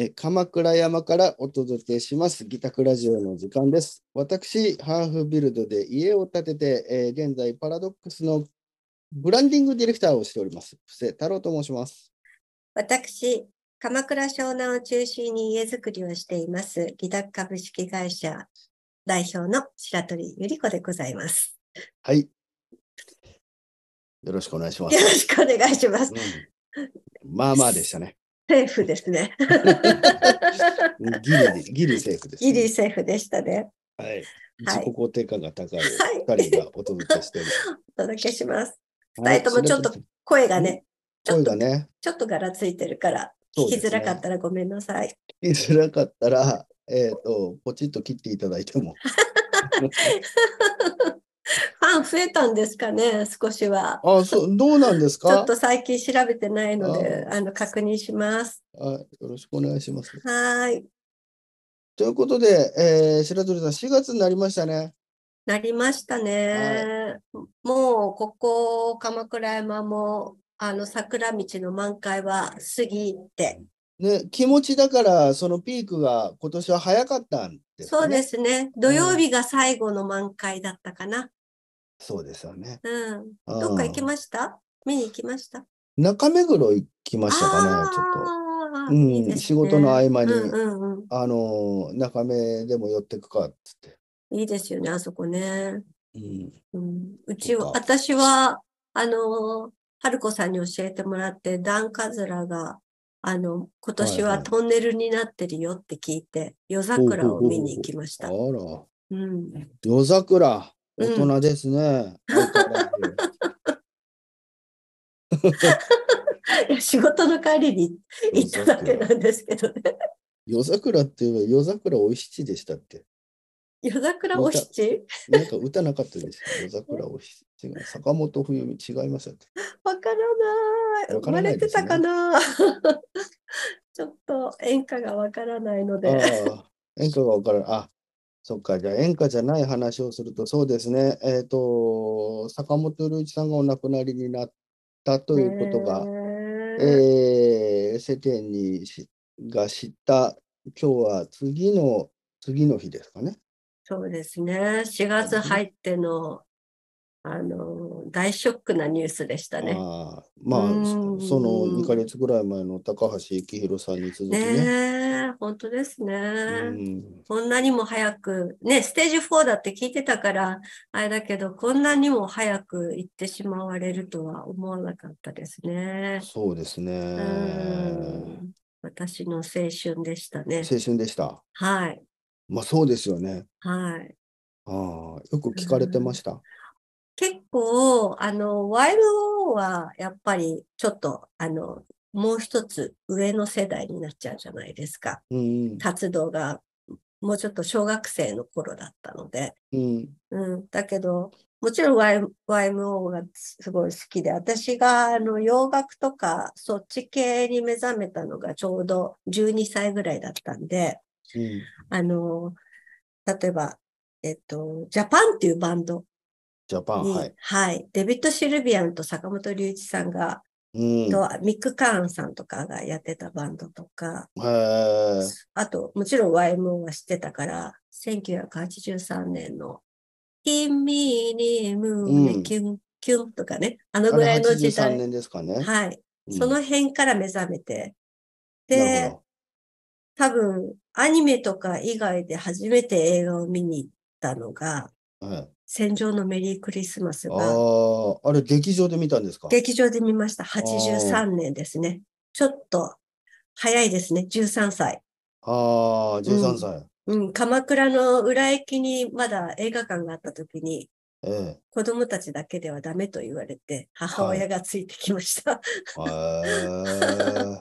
え鎌倉山からお届けしますギタクラジオの時間です。私、ハーフビルドで家を建てて、えー現在パラドックスのブランディングディレクターをしております。布施太郎と申します。私、鎌倉湘南を中心に家づくりをしています、ギタ株式会社代表の白鳥ゆり子でございます。はい。よろしくお願いしまよろす。しくお願いします。うんまあまあでしたね。セーフですね。ギリで、ギリセーフです、ギリセーフでしたね。はい。自己肯定感が高いはい、二人がお届けしております。お届けします。は二人ともちょっと声がね、ちょ声っと、がね、ちょっとガラついてるから、そう聞きですねづらかったらごめんなさい。言いづらかったら、えっ、と、ポチッと切っていただいても。ファン増えたんですかね、少しは。 あ、そう、どうなんですちょっかと最近調べてないので、あの、確認します。あよろしくお願いします。はーい。ということで、えー白鳥さん、4月になりましたね。なりましたね。もうここ鎌倉山もあの桜道の満開は過ぎて、ね、気持ちだから、そのピークが今年は早かったんです。そうですすね。土曜日が最後の満開だったかな。そうですよね。うん。うんどっか行きました見に行きました中目黒行きましたかね、ちょっと。ああうんいいですね仕事の合間にうんうんうあのー中目でも寄ってくかっつって。ん。いいですよね、あそこね。うん、うん、うちは、そっか私は、あの、春子さんに教えてもらって、ダンカズラが、あの、今年はいははいトンネルになってるよって聞いて、夜桜を見に行きましあた。ら、うん。夜桜、う大ん人ですね。 相変わらずいや 仕事の帰りに行っただけなんですけどね。夜桜っていうのは夜桜お七でしたっけ夜桜お七なんか歌なかったですよ。夜桜お七が坂本冬美違いましたっけわからない。生わからまなれいてですねたかな ちょっと演歌がわからないので。ああ、演歌が分からん。あ、そっか。じゃあ演歌じゃない話をすると、そうですね。えっ、と、坂本龍一さんがお亡くなりになったということが、ねええー世間にしが知った、今日は次の、次の日ですかね。そうですね。4月入っての、あの、大ショックなニュースでしたね。ああまあ、うんその2ヶ月ぐらい前の高橋幸宏さんにね続きね。え、本当ですうね。ん、こんなにも早く、ね、ステージ4だって聞いてたから、あれだけど、こんなにも早く行ってしまわれるとは思わなかったですね。そうですね。うん私の青春でしたね。青春でした。はい。まあそうですよね。はい。ああよく聞かれてました。結構、あの、YMO はやっぱりちょっと、あの、もう一つ上の世代になっちゃうじゃないですか。うん活動がもうちょっと小学生の頃だったので。うんうん。だけど、もちろん Y- YMO がすごい好きで、私があの洋楽とかそっち系に目覚めたのがちょうど12歳ぐらいだったんで、うんあの、例えば、えっと、ジャパンっていうバンドジャパン、に、ははいい、。デビッド・シルビアンと坂本龍一さんが、うん、とミック・カーンさんとかがやってたバンドとか、へえあと、もちろん YMO は知ってたから、1983年の、君に胸キュンキュンとかね、あのぐらいの時あれ83代、年ですかね。はい、うんその辺から目覚めて、なるでほ、多分、アニメとか以外で初めて映画を見に行ったのが、どはい戦場のメリークリスマスが、あああれ劇場で見たんですか。劇場で見ました。83年ですね。ちょっと早いですね。13歳。ああ十三歳、うん、鎌倉の裏駅にまだ映画館があった時に、ええ子供たちだけではダメと言われて、母親がついてきました。へえ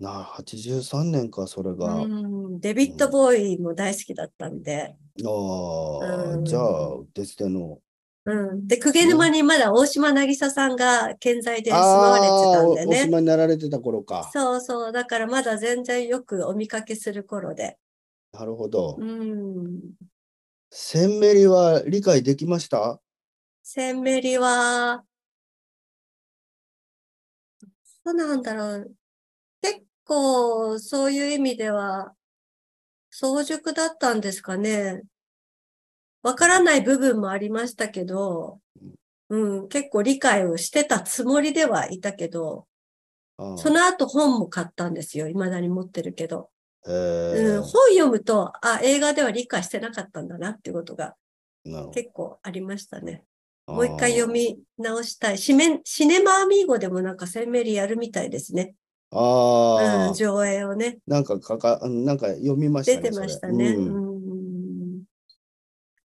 な八十三年かそれが。うん、デビッド・ボーイも大好きだったんで、あうあんじゃあデステの。うん、で、公家沼にまだ大島渚さんが健在で住まわれてたんああおおでね。島になられてた頃か。そうそう、だからまだ全然よくお見かけする頃で。なるほど。うん。センメリは理解できましたセンメリは、そうなんだろう。結構そういう意味では、早熟だったんですかね。わからない部分もありましたけど、うん、結構理解をしてたつもりではいたけど、ああその後本も買ったんですよ。未だに持ってるけど。えうん、ー本読むと、あ、映画では理解してなかったんだなっていうことがなるほ結構ありましたね。どもう一回読み直したい。シメシネマアミーゴでもなんかセンメリやるみたいですね。ああ、うん、上映をね、なんかかか、うんなんか読みました出ね。てましたね。それううんん、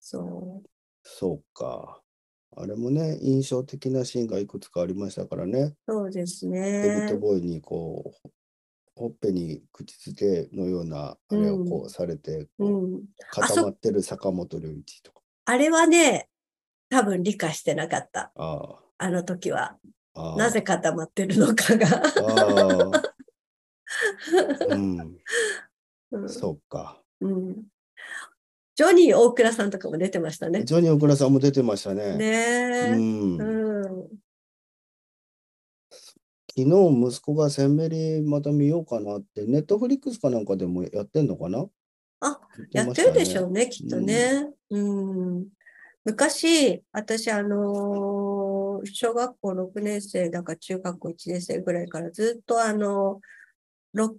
そそうか。あれもね、印象的なシーンがいくつかありましたからね。う、そうですデビッねド・。ボーイにこう、ほっぺに口づけのようなあれをこうされて、こううん、あそ固まってる坂本龍一とか。あれはね、多分理解してなかった。ああの時は。あああなぜ固まってるのかが。 ああうん、うんそうか。うんジョニー大倉さんとかも出てま したね。ジョニー・オクラさんも出てましたね。ねえ。うんうん。昨日息子がセンメリまた見ようかなって、ネットフリックスかなんかでもやってんのかなあ、言やまっしたてねるでしょうね、きっとね。うん。昔、私、あのー小学校6年生だか中学校1年生ぐらいからずっとあのロ、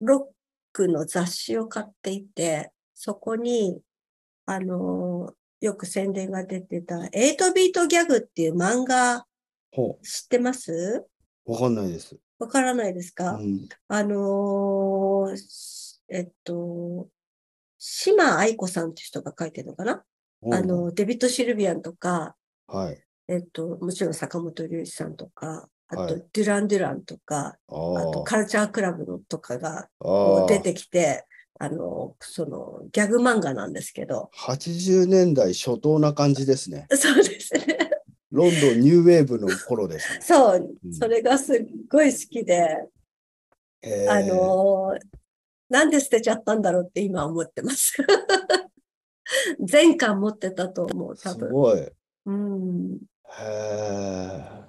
ロックの雑誌を買っていて、そこに、あのーよく宣伝が出てた、8ビートギャグっていう漫画ほ知ってますう、わかんないです。わからないですうか、ん、あのーしえっと、島愛子さんって人が書いてるのかな、ほうあの、デビッド・シルビアンとか、はい。えっと、もちろん坂本龍一さんとか、あと、はいデュラン・デュランとか、ああと、カルチャークラブのとかがこあう出てきて、あの、その、ギャグ漫画なんですけど、 あ、80年代初頭な感じですね。そうですね。ロンドンニューウェーブの頃ですね。 そうう、んそれがすっごい好きで、へーあのーなんで捨てちゃったんだろうって今思ってます。 全巻持ってたと思う、多す分。ごい。へうん。ー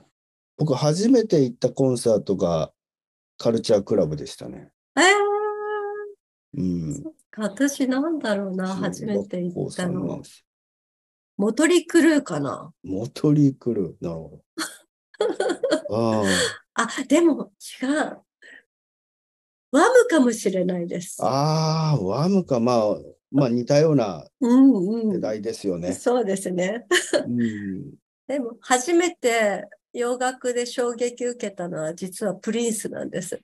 僕、初めて行ったコンサートがカルチャークラブでしたね。えー、うん。私なんだろうな、初めて行った中学校三の年。生モトリクルーかな。モトリークルー。なるほ ど。ああ、でも違う。ワムかもしれないです。ああー、ワムか。まあ、まあ似たようなうんう世ん。代ですよね。 そうですね。うん、でも初めて洋楽で衝撃受けたのは実はプリンスなんです。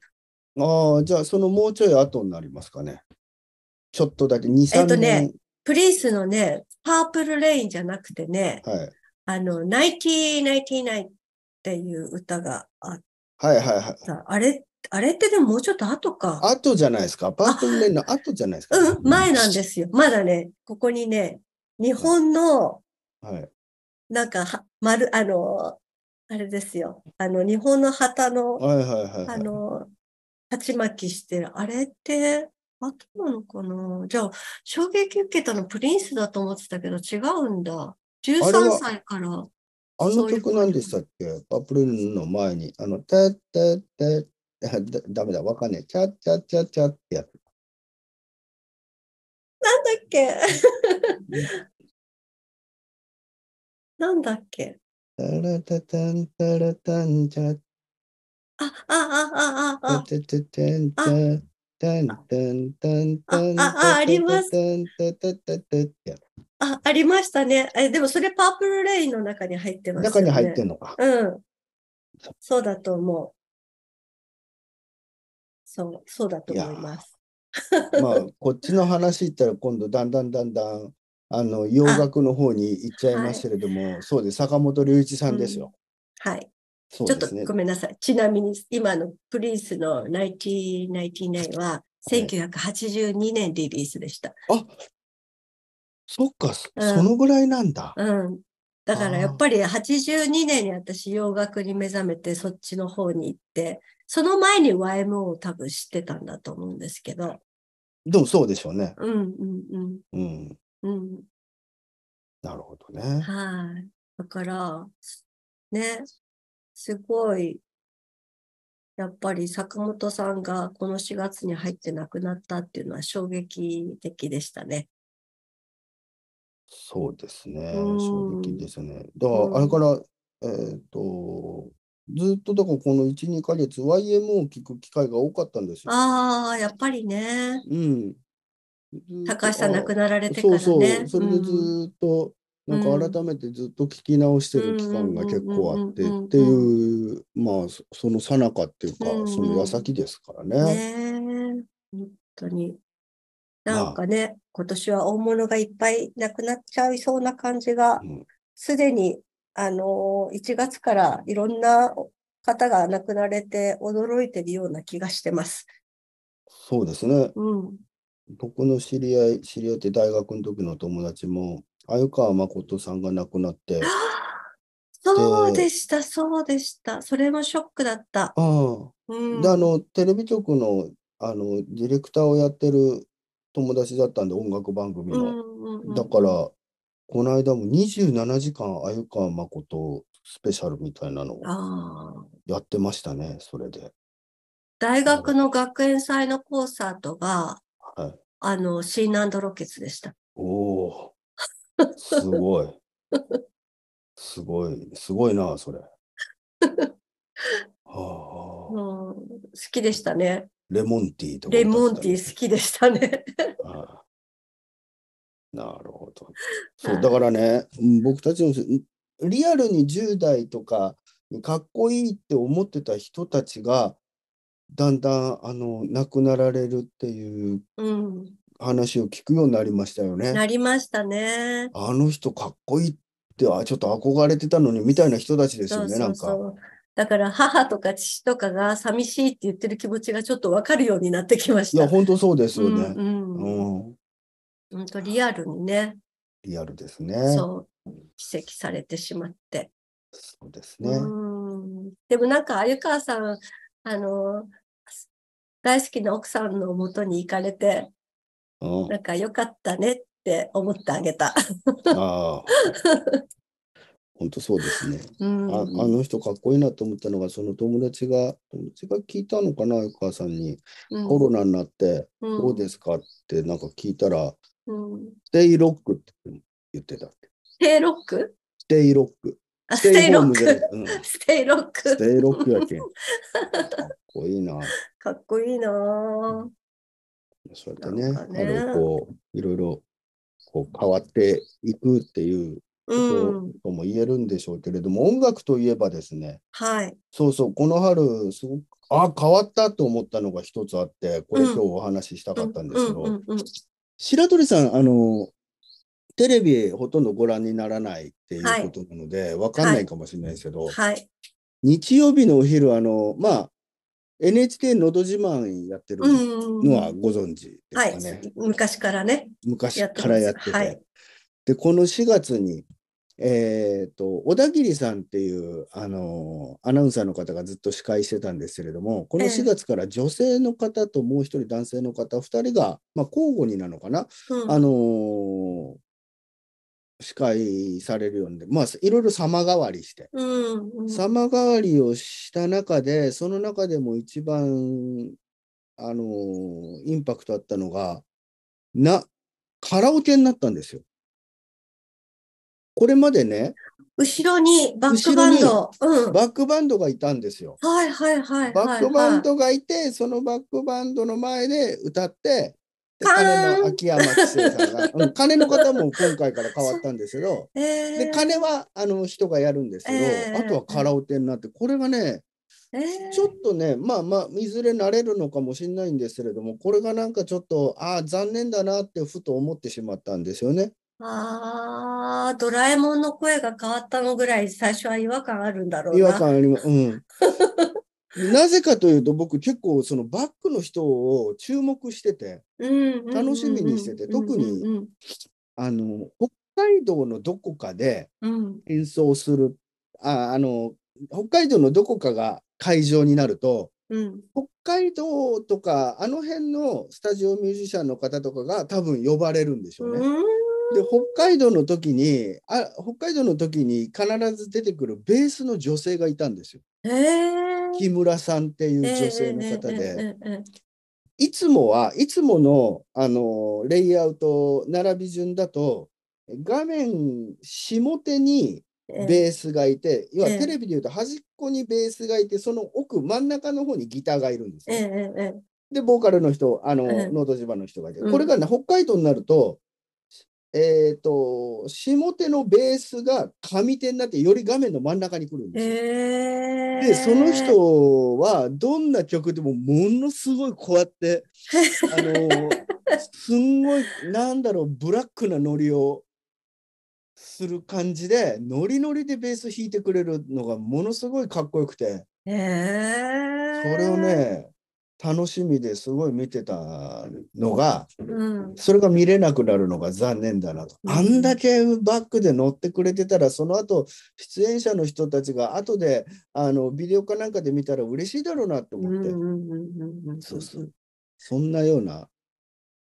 ああ、じゃあ、そのもうちょい後になりますかね。ちょっとだけ、2、えっ3と年。ねプリンスのね、パープルレインじゃなくてね、はい。あの、ナイティナイティナイっていう歌があっはいはいはい。た。あれ、あれってでももうちょっと後か。後じゃないですか。パープルレインの後じゃないですか。。うん、前なんですすよ。まだね、ここにね、日本の、はい。なんかは、まる、あの、あれですよ。あの、日本の旗の、はいはいはいはあい。の、鉢巻きしてる。あれって、後なのかなじゃあ、衝撃受けたのプリンスだと思ってたけど、違うんだ。あれ13は歳から。あのそういう曲何でしたっけパープルレインの前に、あの、たたた、あだだめだ、わかんねえ。チャッチャッチャッチャッってやつ。なんだっけなんだっけタラタタンタラタンチャッあ、あ、あ、あ、あ、あ、チャッチャッチャンチャッタンタンタンタンあああありますタタタタタタってやつあ、ありましたね。え、でもそれパープルレインの中に入ってますよ中ね。に入ってんのか。うん。そうだと思う。そう、そうだと思います。まあ、こっちの話言ったら今度だんだんだんだんあの洋楽の方に行っちゃいますけれども、そうです坂本龍一さんですよ。はい。そうちょっでとすねご。めんなさい。ちなみに、今のプリンスの1999は、1982年リリースでした。そっか、そうんそのぐらいなんだ。うん。だからやっぱり82年に私洋楽に目覚めてそっちの方に行って、その前に YMO を多分知ってたんだと思うんですけど。でもそうでしょうね。うんうんうん、うん。なるほどうん。ね。はい。だから、ね、すごい、やっぱり坂本さんがこの4月に入って亡くなったっていうのは衝撃的でしたね。そうですね。うん衝撃ですね。だから、うんあれから、えっと、ずっとだからこの1、2ヶ月、YMO を聞く機会が多かったんですよ。ああ、やっぱりね。うん。高橋さん亡くななられっててかそらうそう。ね。それでうんずっと、なんうかん改めてずっと聞き直してる期間が結構あってうんうんうんうんうんっていう、まあ、そその最中っていうかうんう、んその矢先ですからね。ねえ、本当に。まあなんかね、今年は大物がいっぱいなくなっちゃいそうな感じがう、んすでに、あのー、1月からいろんな方が亡くなれて驚いてるような気がしてます。そうですね。うん。僕の知り合い、知り合いって大学の時の友達も、鮎川誠さんが亡くなって、そうでした、そうでした。それもショックだった。ああ。うん。で、あの、テレビ局の、あの、ディレクターをやってる友達だったんで、音楽番組うんの。うんうんだから、この間も27時間、鮎川誠スペシャルみたいなのをああ。やってましたね、それで。大学の学園祭のコンサートが、はい。あの、シーナンドロケツでした。おお、すごい。すごい、すごいな、そ れ。はあうん、好きでしたね。レモンティーとかレ歌モっンてたテりィー好きでしたね。ああなるほど。そう、だからね、うん僕たちのリアルに10代とかにかっこいいって思ってた人たちが、だんだんあの亡くなられるっていう うん。話を聞くようになりましたよね。なりましたね。あの人かっこいいって、あ、ちょっと憧れてたのにみたいな人たちですそようね、そなんうそか。う。だから母とか父とかが寂しいって言ってる気持ちがちょっとわかるようになってきましいや、た。本当そうですよね。うんううん。ん、本当リアルにね、リアルですね。そう、奇跡されてしまって。そうですね。うんでもなんか、鮎川さん、あの、大好きな奥さんのもとに行かれて、うんなんか良かったねって思ってあげた。 ああ。本当そうですね。うん、あ、あの人かっこいいなと思ったのが、その友達が、友達が聞いたのかな、お母さんに、うんコロナになって、うんどうですかってなんか聞いたら、うんステイロックって言ってたっけ。ステイロックステイロック。あ、スステイロッじゃなク。。い うん、スステイロック。テイロックや けん。かっこいいな。かっこいいなぁそうやってね、なんかねあのこう、いろいろ、こう、変わっていくっていうこうん。とも言えるんでしょうけれども、音楽といえばですね、はい。そうそう、この春、すごく、あ、変わったと思ったのが一つあって、これうん今日お話ししたかったんですけうんうど、んうん白鳥さん、あの、テレビほとんどご覧にならないっていうはいことなので、わかんないかもしれないですけど、はい。日曜日のお昼、あの、まあ、NHK のど自慢やってるうんうんうんのはご存知ですはかいね。。昔からね。昔からやってて。やってますはいで、この4月に、えっと、小田切さんっていう、あのーアナウンサーの方がずっと司会してたんですけれども、このええ4月から女性の方ともう一人男性の方、2人が、まあ、交互になのかな、うんあのー司会されるようにで、まあ、いろいろ様変わりして。うんうん様変わりをした中で、その中でも一番、あのーインパクトあったのが、な、カラオケになったんですよ。これまでね、後ろにバックバンド。うん。バックバンドがいたんですよ。はいはいはいバはッいクバンはドがいて、そのバックバンドの前で歌って、でパーン金の秋山紀生さんが、うん金の方も今回から変わったんですけど、い。えで、ー金はあの人がやるんですけど、ええあとはカラオケになって、これがね、えーちょっとね、まあまあ、いずれ慣れるのかもしれないんですけれども、これがなんかちょっと、ああ、残念だなってふと思ってしまったんですよね。あードラえもんの声が変わったのぐらい最初は違和感あるんだろう違和な。感ありま す。うん。なぜかというと、僕結構そのバックの人を注目してて、楽楽しみにしてて特にうんあの、北海道のどこかでうんうん演奏する、ああの、北海道のどこかが会場になると、うん北海道とか、あの辺のスタジオミュージシャンの方とかが多分呼ばれるんでしょうね。うんで北海道の時にあ北海道の時に必ず出てくるベースの女性がいたんですよ。ええ木村さんっていう女性の方えええで、えええええいつもはいつものあのレイアウト並び順だと、画面下手にええベースがいて、要はええテレビでいうと端っこにベースがいて、その奥、真ん中の方にギターがいるんですえよ。えええで、ボーカルの人、あの、ええノート島の人がいて、うんこれがね、北海道になると、えっ、と、下手のベースが上手になって、より画面の真ん中に来るんですよ。ええで、その人は、どんな曲でも、ものすごいこうやって、あの、すんごい、なんだろう、ブラックなノリをする感じで、ノリノリでベース弾いてくれるのが、ものすごいかっこよくて、えそえれをね、楽しみですごい見てたのが、うんそれが見れなくなるのが残念だなと。うんあんだけバックで乗ってくれてたら、その後出演者の人たちが後であのビデオかなんかで見たら嬉しいだろうなとうん思って、うんうんうんうんそうそうそんなような、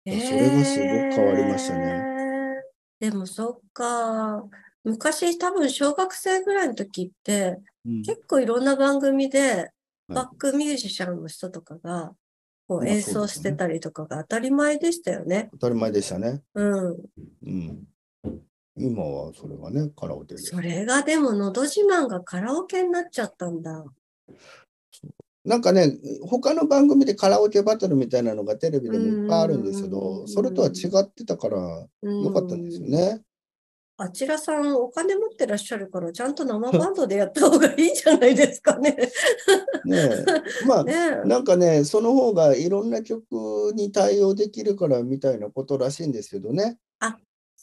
それがすごく変わりましたね。えーでもそっか。昔多分小学生ぐらいの時ってうん結構いろんな番組でいバックミュージシャンの人とかがこまあう演奏してたりとかが当たり前でしたよね。当たり前でしたね。うん。うん、今はそれがね、カラオケで。それがでものど自慢がカラオケになっちゃったんだ。なんかね、他の番組でカラオケバトルみたいなのがテレビでもいっぱいあるんですけうんうんうんうど、んそれとは違ってたからようんかったんですよ。ね。あちらさんお金持ってらっしゃるからちゃんと生バンドでやった方がいいんじゃないですか ね。ね えまあねえなんかね、その方がいろんな曲に対応できるからみたいなことらしいんですけどね。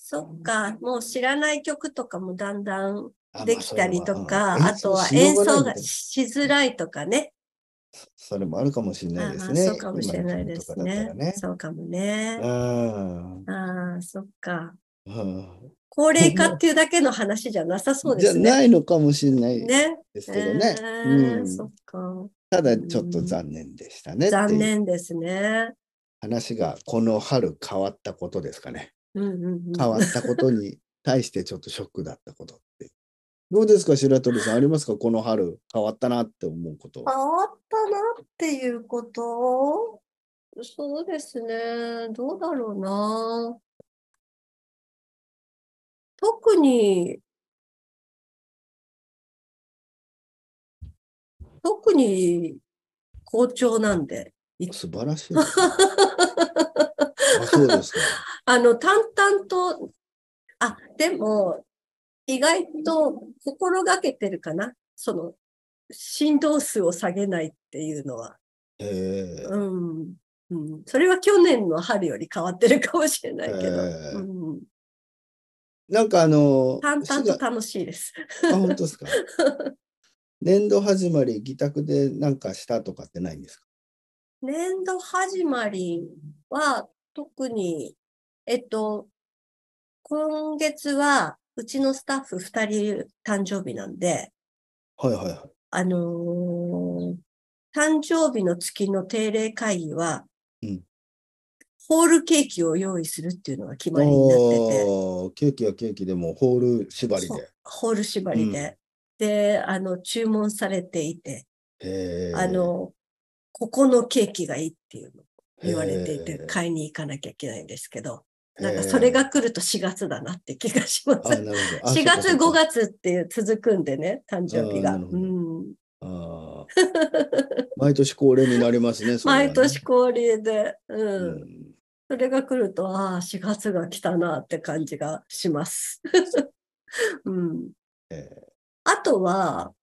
そっか、もう知らない曲とかもだんだんあできたりとか、まあとはそれ演は奏まあが演しよしうないみたいなづらいとかね。それもあるかもしれないですああね。そうかもしれないです今の曲ねとかだったらね。そうかもね。うんああ、そっか。うん高齢化っていうだけの話じゃなさそうでじゃすね。ないのかもしれないね。ですけどね。えうーんそっか。ただちょっと残念でしたね。って残いう念ですね。話がこの春変わったことですかね。うんうんうん。変わったことに対してちょっとショックだったことって。どうですか、白鳥さん、ありますか、この春変わったなって思うこと。変わったなっていうことそうですね。どうだろうな。特に、特に好調なんで。素晴らしいですね。あそうですか。あの、淡々と、あ、でも、意外と心がけてるかな。その、振動数を下げないっていうのは。ええうんうん、それは去年の春より変わってるかもしれないけど、ええうん、なんかあの、淡々4と月楽しいです。あ、本当で すか。年度始まり、議宅でなんかしたとかってないんですか年度始まりは特に、えっと、今月はうちのスタッフ2人誕生日なんで、はいはいはい。あのー誕生日の月の定例会議は、うんホールケーキを用意するっていうのが決まりになってて、おーケーキはケーキでもホール縛りそでう。ホール縛りで、で、あの、注文されていて、へえあの、ここのケーキがいいっていうのを言われていへてえ、買いに行かなきゃいけないんですけど、へえなんかそれが来ると4月だなって気がしまあ、す。なるほど。あ4月、そうかそ5うか月っていう続くんでね、誕生日が。あーなるほどうん、あー毎年恒例になりますね。それはね毎年。恒例で、う。うんんそれが来ると、ああ、4月が来たなって感じがします。 うん。えあとは、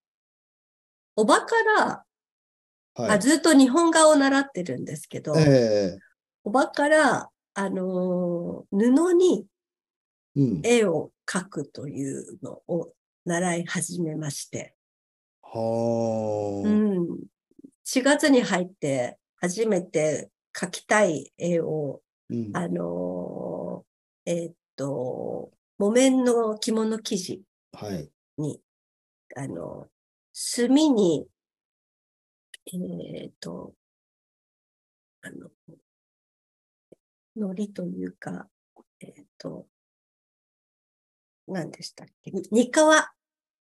おばから、ーはあい。ずっと日本画を習ってるんですけど、えおばから、あのー布にえうん。絵を描くというのを習い始めまして、はあ。うん、4月に入って初めて描きたい絵を、うんあのーえーっと、木綿の着物生地はい。に、あの、墨に、えっ、と、あの、糊というか、えっ、と、何でしたっけににかわ、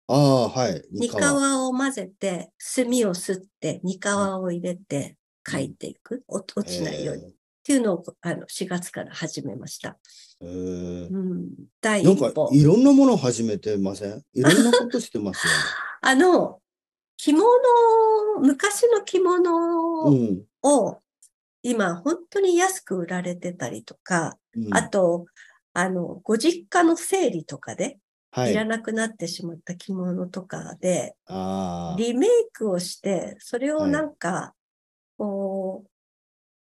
ああ、はい。煮皮を混ぜて、炭をすって、煮皮を入れて、書いていく。お落ちないように。っえていうのを、あの、4月から始めました。ーえーうん。第なん一か歩。いろんなもの始めてませんいろんなことしてますあの、着物、昔の着 よ物ね。うんを、今、本当に安く売られてたりとか、うん。あと、あの、ご実家の整理とかで、はいらい。なくなってしまった着物とかで、ああ。リメイクをして、それをなんか、こう、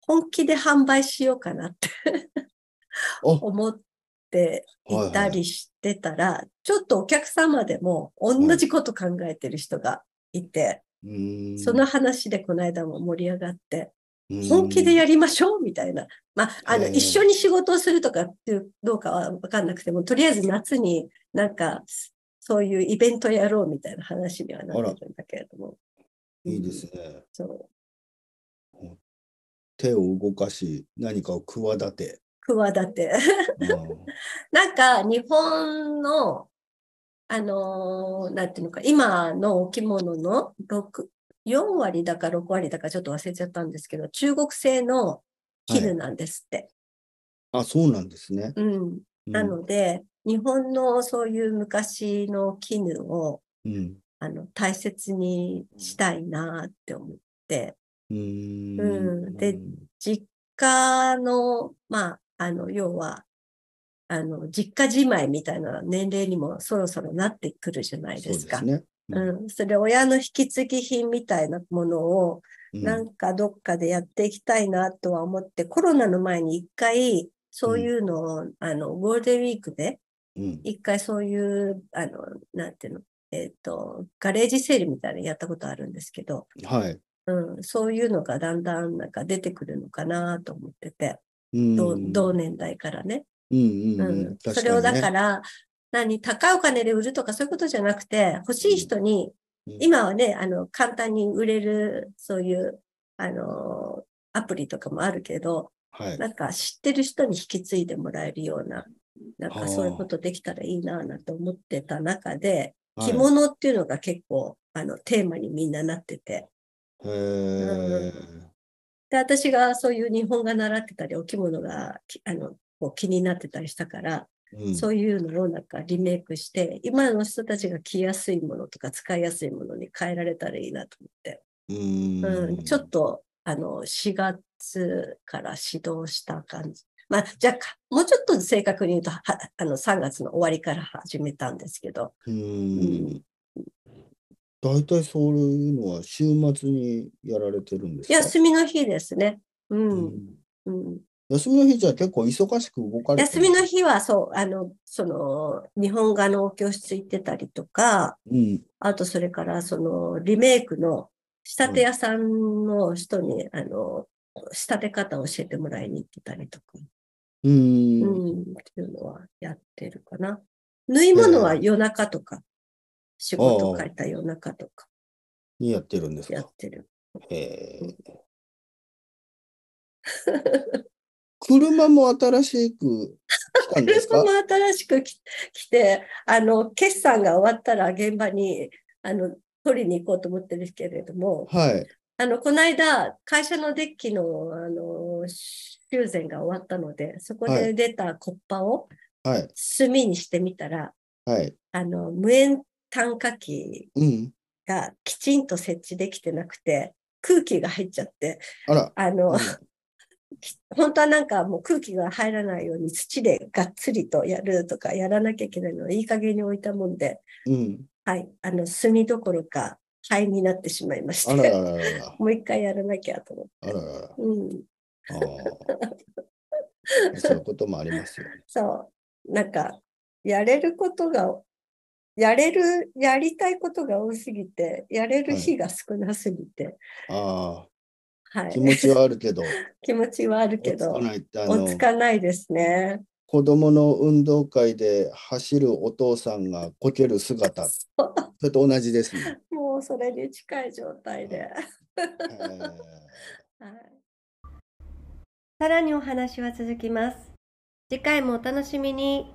本気で販売しようかなってお 思っていたりしてたら、ちょっとお客様でも同じこと考えてる人がいて、うーんその話でこの間も盛り上がって、本気でやりましょうみたいな。まあ、あの、ええ一緒に仕事をするとかっていう、どうかはわかんなくても、とりあえず夏になんか、そういうイベントやろうみたいな話にはなってるんだけれども。うんいいですね。そう。手を動かし、何かを企 て。企て。あーなんか、日本の、あのーなんていうのか、今のお着物の6、4割だか6割だかちょっと忘れちゃったんですけど、中国製の絹なんですって。あ、そうなんですね。うん。うんなので、日本のそういう昔の絹を、うん。あの、大切にしたいなって思って、うーんうんで実家の、まあ、あの、要は、あの、実家じまいみたいな年齢にもそろそろなってくるじゃないそうでですか。すね。うん。それ、親の引き継ぎ品みたいなものを、うんなんかどっかでやっていきたいなとは思って、コロナの前に一回、そういうのを、あの、ゴールデンウィークで、うん一回そういう、あの、なんていうの、えっ、と、ガレージ整理みたいなのやったことあるんですけど、はい。うん、そういうのがだんだんなんか出てくるのかなと思ってて、うん同同年代からね。うんうんううんん。確かにねそれをだから、何、高いお金で売るとかそういうことじゃなくて、欲しい人に、うん今はね、あの、簡単に売れる、そういう、あの、アプリとかもあるけど、はい。なんか知ってる人に引き継いでもらえるような、なんはかあそういうことできたらいいなぁなんて思ってた中で、はい着物っていうのが結構あのテーマにみんななってて、へえ。で、私がそういう日本画習ってたり、お着物がきあのこう気になってたりしたから、うんそういうのをなんかリメイクして、今の人たちが着やすいものとか使いやすいものに変えられたらいいなと思って、ううんん、ちょっと、あの、4月から始動した感じ。まあ、じゃあか、もうちょっと正確に言うと、はあの、3月の終わりから始めたんですけど、ううーん。大体そういうのは週末にやられてるんですか休みの日ですね。う、うんんうん。休みの日じゃあ結構忙しく動かれて休みの日は、そう、あの、その、日本画の教室行ってたりとか、日あと、それから、その、リメイクの、仕立て屋さんの人に、あの、仕立て方を教えてもらいに行ってたりとか。うん。ううん。ん、っていうのはやってるかな。縫い物はええ夜中とか、仕事帰った夜中とかにやってるんですやっかてる。へえ。車も新しく来たんです車もか新しくき来て、あの、決算が終わったら現場に、あの、取りに行こうと思ってるけれども、はい。あの、この間、会社のデッキの、あの、修繕が終わったので、そこはでい出たコッパをはい。炭にしてみたら、はい。あの、無塩炭化器うん。がきちんと設置できてなくて、空気が入っちゃって、あら。あの、うんき 本当はなんかもう空気が入らないように土でがっつりとやるとかやらなきゃいけないのをいい加減に置いたもんで、うん。はい、あの、炭どころか灰になってしまいましあらて、らららら。 もう一回やらなきゃと思あららら。う。うん、ああ。そういうこともありますよね。そう。なんか、やれることが、やれる、やりたいことが多すぎて、やれる日が少なすぎて、はああ。い、気持ちはあるけど、気持ちはあるけど、落ち着かないってあ落のち着かないですね。子供の運動会で走るお父さんがこける姿、それと同じですね。もうそれに近い状態で。へえさらにお話は続きます。次回もお楽しみに。